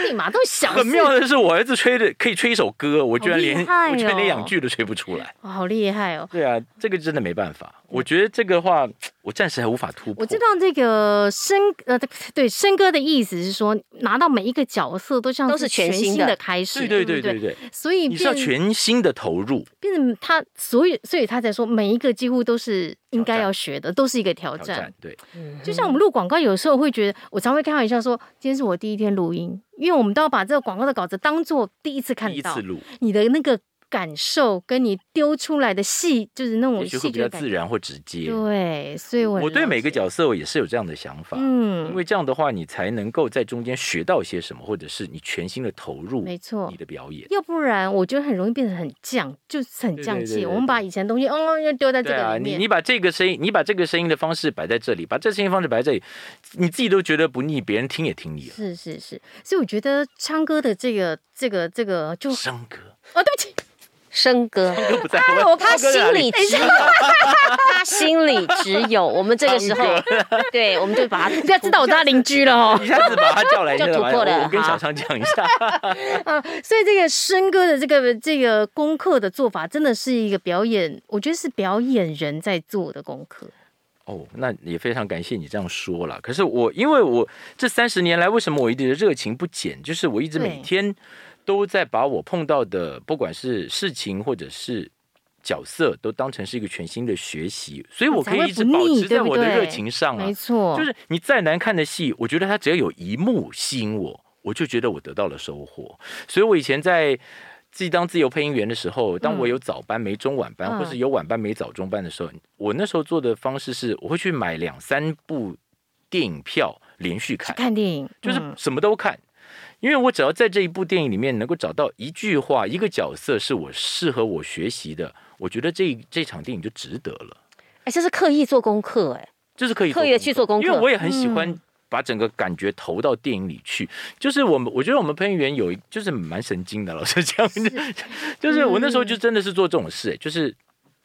D: 立马都小事
C: 很妙的是，我儿子吹的可以吹一首歌，我居然连、
D: 好厉害哦
C: 我居然连两句都吹不出来。
D: 哇好厉害哦！
C: 对啊，这个真的没办法。我觉得这个话，我暂时还无法突破。
D: 我知道这个生呃对生哥的意思是说，拿到每一个角色都像
A: 都是全
D: 全
A: 新的
D: 新的开始，
C: 对对对
D: 对
C: 对
D: 不，
C: 对，
D: 所以
C: 你是要
D: 变
C: 全新的投入
D: 变成他，所以所以他才说每一个几乎都是应该要学的，都是一个挑
C: 挑
D: 战。
C: 战，对，
D: 就像我们录广告，有时候会觉得，我常会开玩笑说，今天是我第一天录音，因为我们都要把这个广告的稿子当做第一次看
C: 第一
D: 到
C: 次，录，
D: 你的那个感受跟你丢出来的戏，就是那种
C: 也许会
D: 戏
C: 比
D: 剧
C: 较
D: 的感
C: 自
D: 觉。
C: 然或直接。
D: 对，所以我很
C: 我对
D: 了
C: 每个
D: 解，
C: 角色我也是有这样的想法，因
D: 嗯，
C: 为这样的话，你才能够在中间学到些什么，或者是你全心的投入
D: 没错
C: 你。的表演。
D: 要不然，我觉得很容易变得很犟，就是很
C: 对对
D: 犟
C: 对
D: 气。
C: 对
D: 我们把以前东西，哦，要丢在这
C: 对
D: 个
C: 啊，
D: 里
C: 你
D: 面。
C: 你把这个声音，你把这个声音的方式摆在这里，把这声音方式摆在这里，你自己都觉得不腻，别人听也听腻了。
D: 是是是，所以我觉得昌哥的这个这个这个
C: [LAUGHS]
D: 就
C: 生哥，
D: 哦，对不起，
A: 生哥，
C: 都不
D: 啊
C: 在我
A: 他心里只有， [LAUGHS] 他心里只有我们这个时候，对，我们就把
C: [LAUGHS]
A: 他
D: 不要知道我是他邻居了哦。
C: 一下子把他
D: [LAUGHS]
C: 叫来，
A: 就
C: 你知道吗
A: 突破了
C: 我我跟
A: 好
C: 小常讲一下，
D: 啊，所以这个申哥的这个这个功课的做法，真的是一个表演，我觉得是表演人在做的功课。
C: 哦，那也非常感谢你这样说了。可是我，因为我这三十年来，为什么我一直热情不减？就是我一直
D: 对
C: 每天都在把我碰到的，不管是事情或者是角色，都当成是一个全新的学习，所以我可
D: 哦才
C: 以
D: 会
C: 一直
D: 不
C: 保
D: 腻
C: 持在
D: 对不
C: 我的
D: 对
C: 热情上啊
D: 没。错，
C: 就是你再难看的戏，我觉得它只要有一幕吸引我，我就觉得我得到了收获。所以我以前在自己当自由配音员的时候，当我有早班没中晚班，
D: 嗯
C: 或是有晚班没早中班的时候，我那时候做的方式是，我会去买两三部电影票连续看，
D: 看电影，
C: 就是
D: 嗯
C: 什么都看。因为我只要在这一部电影里面能够找到一句话、一个角色是我适合我学习的，我觉得这这场电影就值得了。
A: 哎，这是刻意做功课，哎，
C: 就是可以
A: 特别去做功课
C: 因为我也很喜欢把整个感觉投到电影里去。就是我们，我觉得我们配音员有一就是蛮神经的，老师讲， [LAUGHS] 就是我那时候就真的是做这种事，欸就是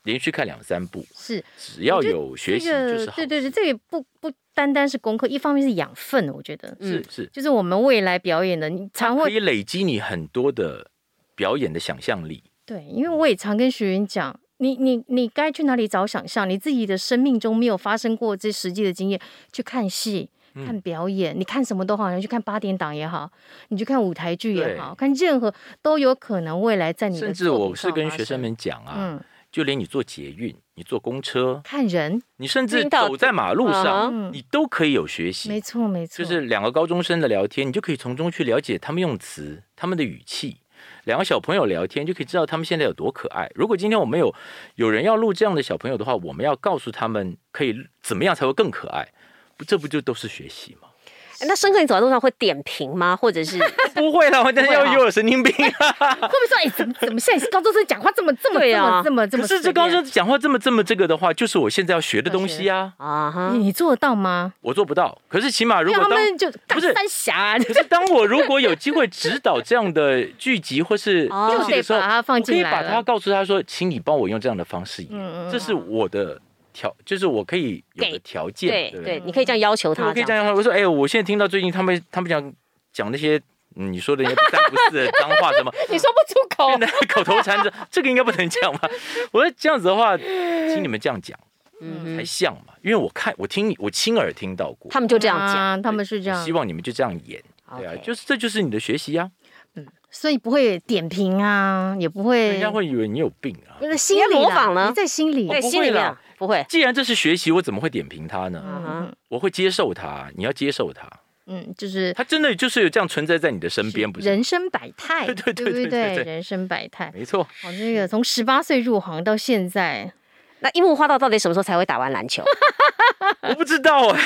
C: 连续看两三部，
D: 是
C: 只要有学习
D: 这个
C: 就是好
D: 对
C: 事，
D: 对对，这个不不单单是功课，一方面是养分，我觉得，
A: 嗯
C: 是是，
D: 就是我们未来表演的，你常
C: 可
D: 会
C: 以累积你很多的表演的想象力。
D: 对，因为我也常跟学员讲，你你你该去哪里找想象？你自己的生命中没有发生过这实际的经验，去看戏、
C: 嗯
D: 看表演，你看什么都好，你去看八点档也好，你去看舞台剧也好，看任何都有可能未来在你的
C: 甚至
D: 作品
C: 我是
D: 上
C: 跟学
D: 发
C: 生
D: 生，
C: 们讲啊，
D: 嗯，
C: 就连你坐捷运、你坐公车，
D: 看人，
C: 你甚至
A: 听到
C: 走在马路
A: 啊
C: 上，
D: 嗯
C: 你都可以有学习。
D: 没错没错，
C: 就是两个高中生的聊天，你就可以从中去了解他们用词、他们的语气。两个小朋友聊天，就可以知道他们现在有多可爱。如果今天我们有有人要录这样的小朋友的话，我们要告诉他们可以怎么样才会更可爱，不这不就都是学习
D: [LAUGHS]
C: 吗？
A: 哎那生哥，你走在路上会点评吗？或者
C: [LAUGHS]
A: 是
C: 不会啦，我但是
A: 不会
C: 要
A: 啊
C: 有神经病
D: [LAUGHS]
C: 啊！
D: 会不会说，哎，怎么怎么现在高中生讲话这么这么
A: 对
D: 这
A: 啊
D: 么这么这
C: 可
D: 么
C: 是
D: 随
C: 这高
D: 便
C: 中讲话这么这么这个的话，就是我现在要学的东西啊，
A: 啊哈
D: 你？你做得到吗？
C: 我做不到。可是起码如
D: 因为
C: 果
D: 他
C: 当
D: 们就
C: 不
D: 干
C: 是
D: 三峡啊，
C: 可是当我如果有机会指导这样的剧集或
D: [LAUGHS]
C: 是
A: 哦
C: 东西的时候，
D: 就得把它放进来
C: 我可以把它
D: 了
C: 告诉他说，请你帮我用这样的方式演，
D: 嗯嗯嗯
C: 这是我的条，就是我可以有
A: 给
C: 的条件，
A: 对
C: 不
A: 对，你可以这样要求
C: 对我
A: 他，
C: 可以
A: 这
C: 这
A: 样
C: 样，我说，哎、我现在听到最近他们他们讲讲那些。嗯你说的那些不三不四的脏话
D: [LAUGHS]
C: 什么，
D: 你说不出口
C: 变，得口头禅这这个应该不能讲吧？ [LAUGHS] 我说这样子的话，听你们这样讲
A: 嗯
C: 才
A: 哼，
C: 像嘛，因为我看我听我亲耳听到过，
A: 他们就这样讲，
D: 啊，他们是这样
C: 希，望你们就这样演，对啊，
A: OK
C: 就是这就是你的学习啊呀、
D: 所以不会点评啊，也不会
C: 人家会以为你有病啊
D: 不！是心里啦
A: 你在模仿呢
D: 你在心里。
A: 对，
C: 不会
A: 心里面
C: 啦
A: 不会，
C: 既然这是学习，我怎么会点评他呢？
A: 嗯
D: 嗯
A: 哼，
C: 我会接受他，你要接受他，
D: 嗯，就是
C: 他真的就是有这样存在在你的身边，不是吗？
D: 人生百态，
C: 对对对
D: 不
C: 对对对
D: 人生百态。
C: 没错， [LAUGHS]
D: 哦，这个从十八岁入行到现在，
A: 那樱木花道到底什么时候才会打完篮球？ [LAUGHS]
C: 我不知道哎、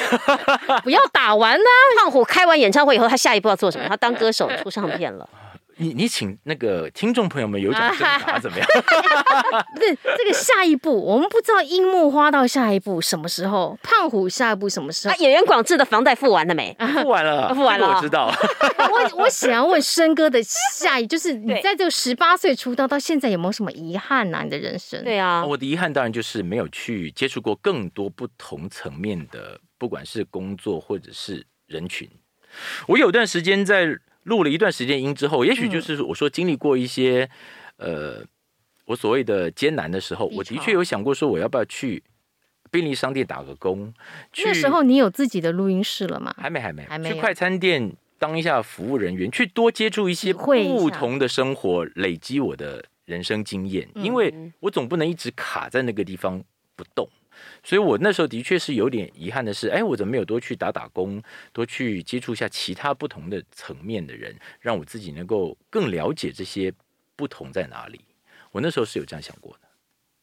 D: 不要打完啊呢、
A: 胖虎开完演唱会以后，他下一步要做什么？他当歌手出唱片了。
C: [LAUGHS] 你你请那个听众朋友们有奖征
A: [LAUGHS]
C: 答怎么样？ [LAUGHS]
D: 不是这个下一步，我们不知道樱木花道下一步什么时候，胖虎下一步什么时
A: 啊
C: 哎
D: 候，。
A: 演员广志的房贷付完了没？
C: 付完了，
A: 付完了
C: 这个我知道。
D: 我我想要问生哥的下一，就是你
A: 对
D: 在这个十八岁出道到现在有没有什么遗憾呐、你的人生？
A: 对啊，
C: 哦我的遗憾当然就是没有去接触过更多不同层面的，不管是工作或者是人群。我有段时间在录了一段时间音之后，也许
D: 嗯
C: 就是我说经历过一些、呃我所谓的艰难的时候，
D: 低
C: 我的
D: 潮
C: 确有想过说我要不要去便利商店打个工。去
D: 那时候你有自己的录音室了吗？
C: 还没还没
D: 还没有
C: 去快餐店当一下服务人员，去多接触一些
D: 体会一下
C: 不同的生活，累积我的人生经验。
D: 嗯
C: 因为我总不能一直卡在那个地方不动，所以我那时候的确是有点遗憾的是，哎，我怎么没有多去打打工，多去接触一下其他不同的层面的人，让我自己能够更了解这些不同在哪里。我那时候是有这样想过的，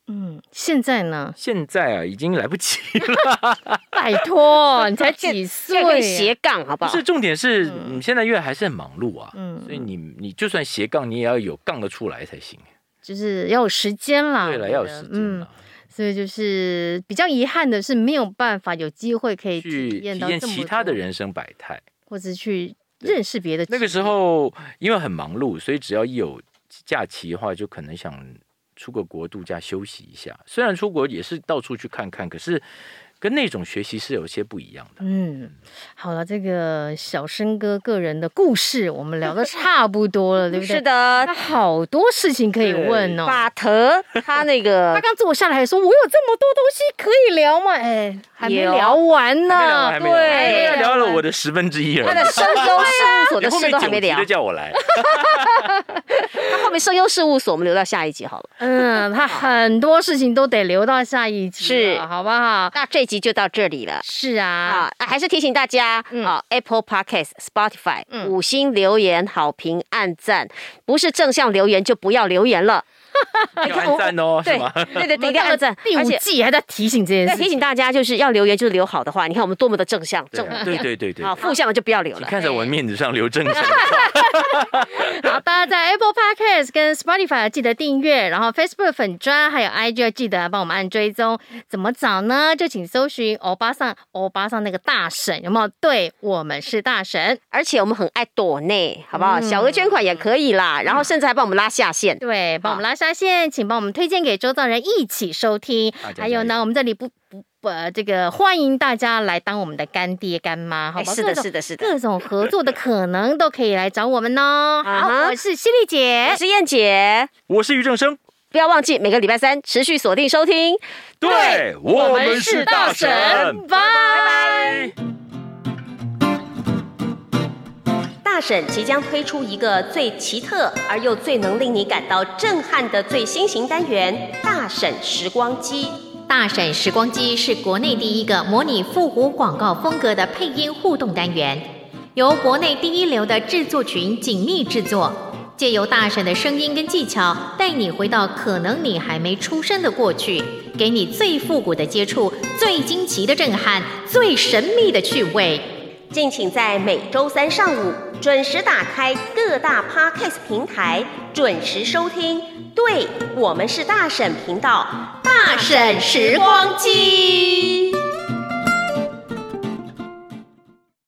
D: 嗯，现在呢？
C: 现在啊已经来不及了。
D: 拜托， [LAUGHS] 你才几
A: 现在可以
D: 岁？
A: 斜杠，好不
C: 不
A: 好
C: 是？重点是，
A: 嗯
C: 你现在因为还是很忙碌啊，
D: 嗯
C: 所以你你就算斜杠，你也要有杠得出来才行。
D: 就是要有时间啦。
C: 对了，
D: 我觉得
C: 要有时间
D: 嗯
C: 啊，，
D: 所以就是比较遗憾的是，没有办法有机会可以
A: 嗯
C: 去
D: 体
C: 体
D: 验到
C: 验
D: 这么
C: 其他的
D: 多，
C: 人生百态。
D: 或者去认识别的。
C: 那个时，候因为很忙碌，所以只要一有假期的话，就可能想出个国度假休息一下。虽然出国也是到处去看看，可是跟那种学习是有些不一样的。
D: 嗯，好了，这个小生哥个人的故事，我们聊的差不多 [LAUGHS] 了，对不对？
A: 是。的
D: 他，好多事情可以问哦。
A: 巴特他那
D: 他 [LAUGHS]
A: 个
D: 刚坐下来还说：“我有这么多东西可以聊吗？”哎，还没
A: 有
D: 聊
C: 还
D: 完
C: 没聊
D: 呢
C: 完，。还没聊完
A: 对
C: 还没聊了我的十分之一而
A: 他的
C: 已。
A: 声优事务所
C: 你
A: 的
C: 后
A: 事
C: 面
A: 都还
C: 九
A: 没
C: 集
A: 聊
C: 就，叫我来，
A: 他后面声优事务所我们留到下一集好 [LAUGHS] 了。
D: 嗯，他很多事情都得留到下一集了，
A: 是
D: 好不好？
A: 那这一集就到这里了。
D: 是啊，
A: 啊，那还是提醒大家
D: 嗯
A: 啊，Apple Podcast、Spotify
D: 嗯
A: 五星留言、好评、按赞，不是正向留言就不要留言了。
C: 要按赞哦，是
A: 对 [LAUGHS]
C: 吗？
A: 对对对，一定要按赞，
D: 第
A: 而
D: 五
A: 且
D: 季还在提醒这件
A: 要
D: 事
A: 提
D: 情。
A: 醒大家，就是要留言就是留好的话，你看我们多么的正向，
C: 对
A: 正
C: 啊对对对对
A: 啊，，负向的就不要留
C: 你
A: 了。
C: 看在我面子上留正向的话，
D: 好的，在 Apple Podcast 跟 Spotify 记得订阅，然后 Facebook 粉砖还有 IG 要记得帮我们按追踪。怎么找呢？就请搜寻欧巴桑，欧巴桑那个大婶有没有？对我们是大婶，
A: 而且我们很爱躲内，好不好？小额捐款也可以啦，然后甚至还帮我们拉下线。
D: 对，帮我们拉下线，请帮我们推荐给周遭人一起收听
C: 大。家
D: 还有
C: 加
D: 呢，
C: 油
D: 我们这里不不不、呃，这个欢迎大家来当我们的干爹干妈，好
A: 哎
D: 不好？
A: 是的，
D: 各种
A: 是的，是的。
D: 各种合作的可能都可以来找我们哦。
A: 啊哈
D: 好，我是犀利姐
A: 我，是哎燕姐，
C: 我是于正生，
A: 不要忘记每个礼拜三持续锁定收听。
C: 对，我们是大神。
D: 拜拜。
A: 大婶即将推出一个最奇特而又最能令你感到震撼的最新型单元——大婶时光机。
B: 大婶时光机是国内第一个模拟复古广告风格的配音互动单元，由国内第一流的制作群紧密制作，借由大婶的声音跟技巧，带你回到可能你还没出生的过去，给你最复古的接触、最惊奇的震撼、最神秘的趣味。
A: 敬请在每周三上午准时打开各大 Podcast 平台，准时收听。对我们是大婶频道，
B: 大婶时光机。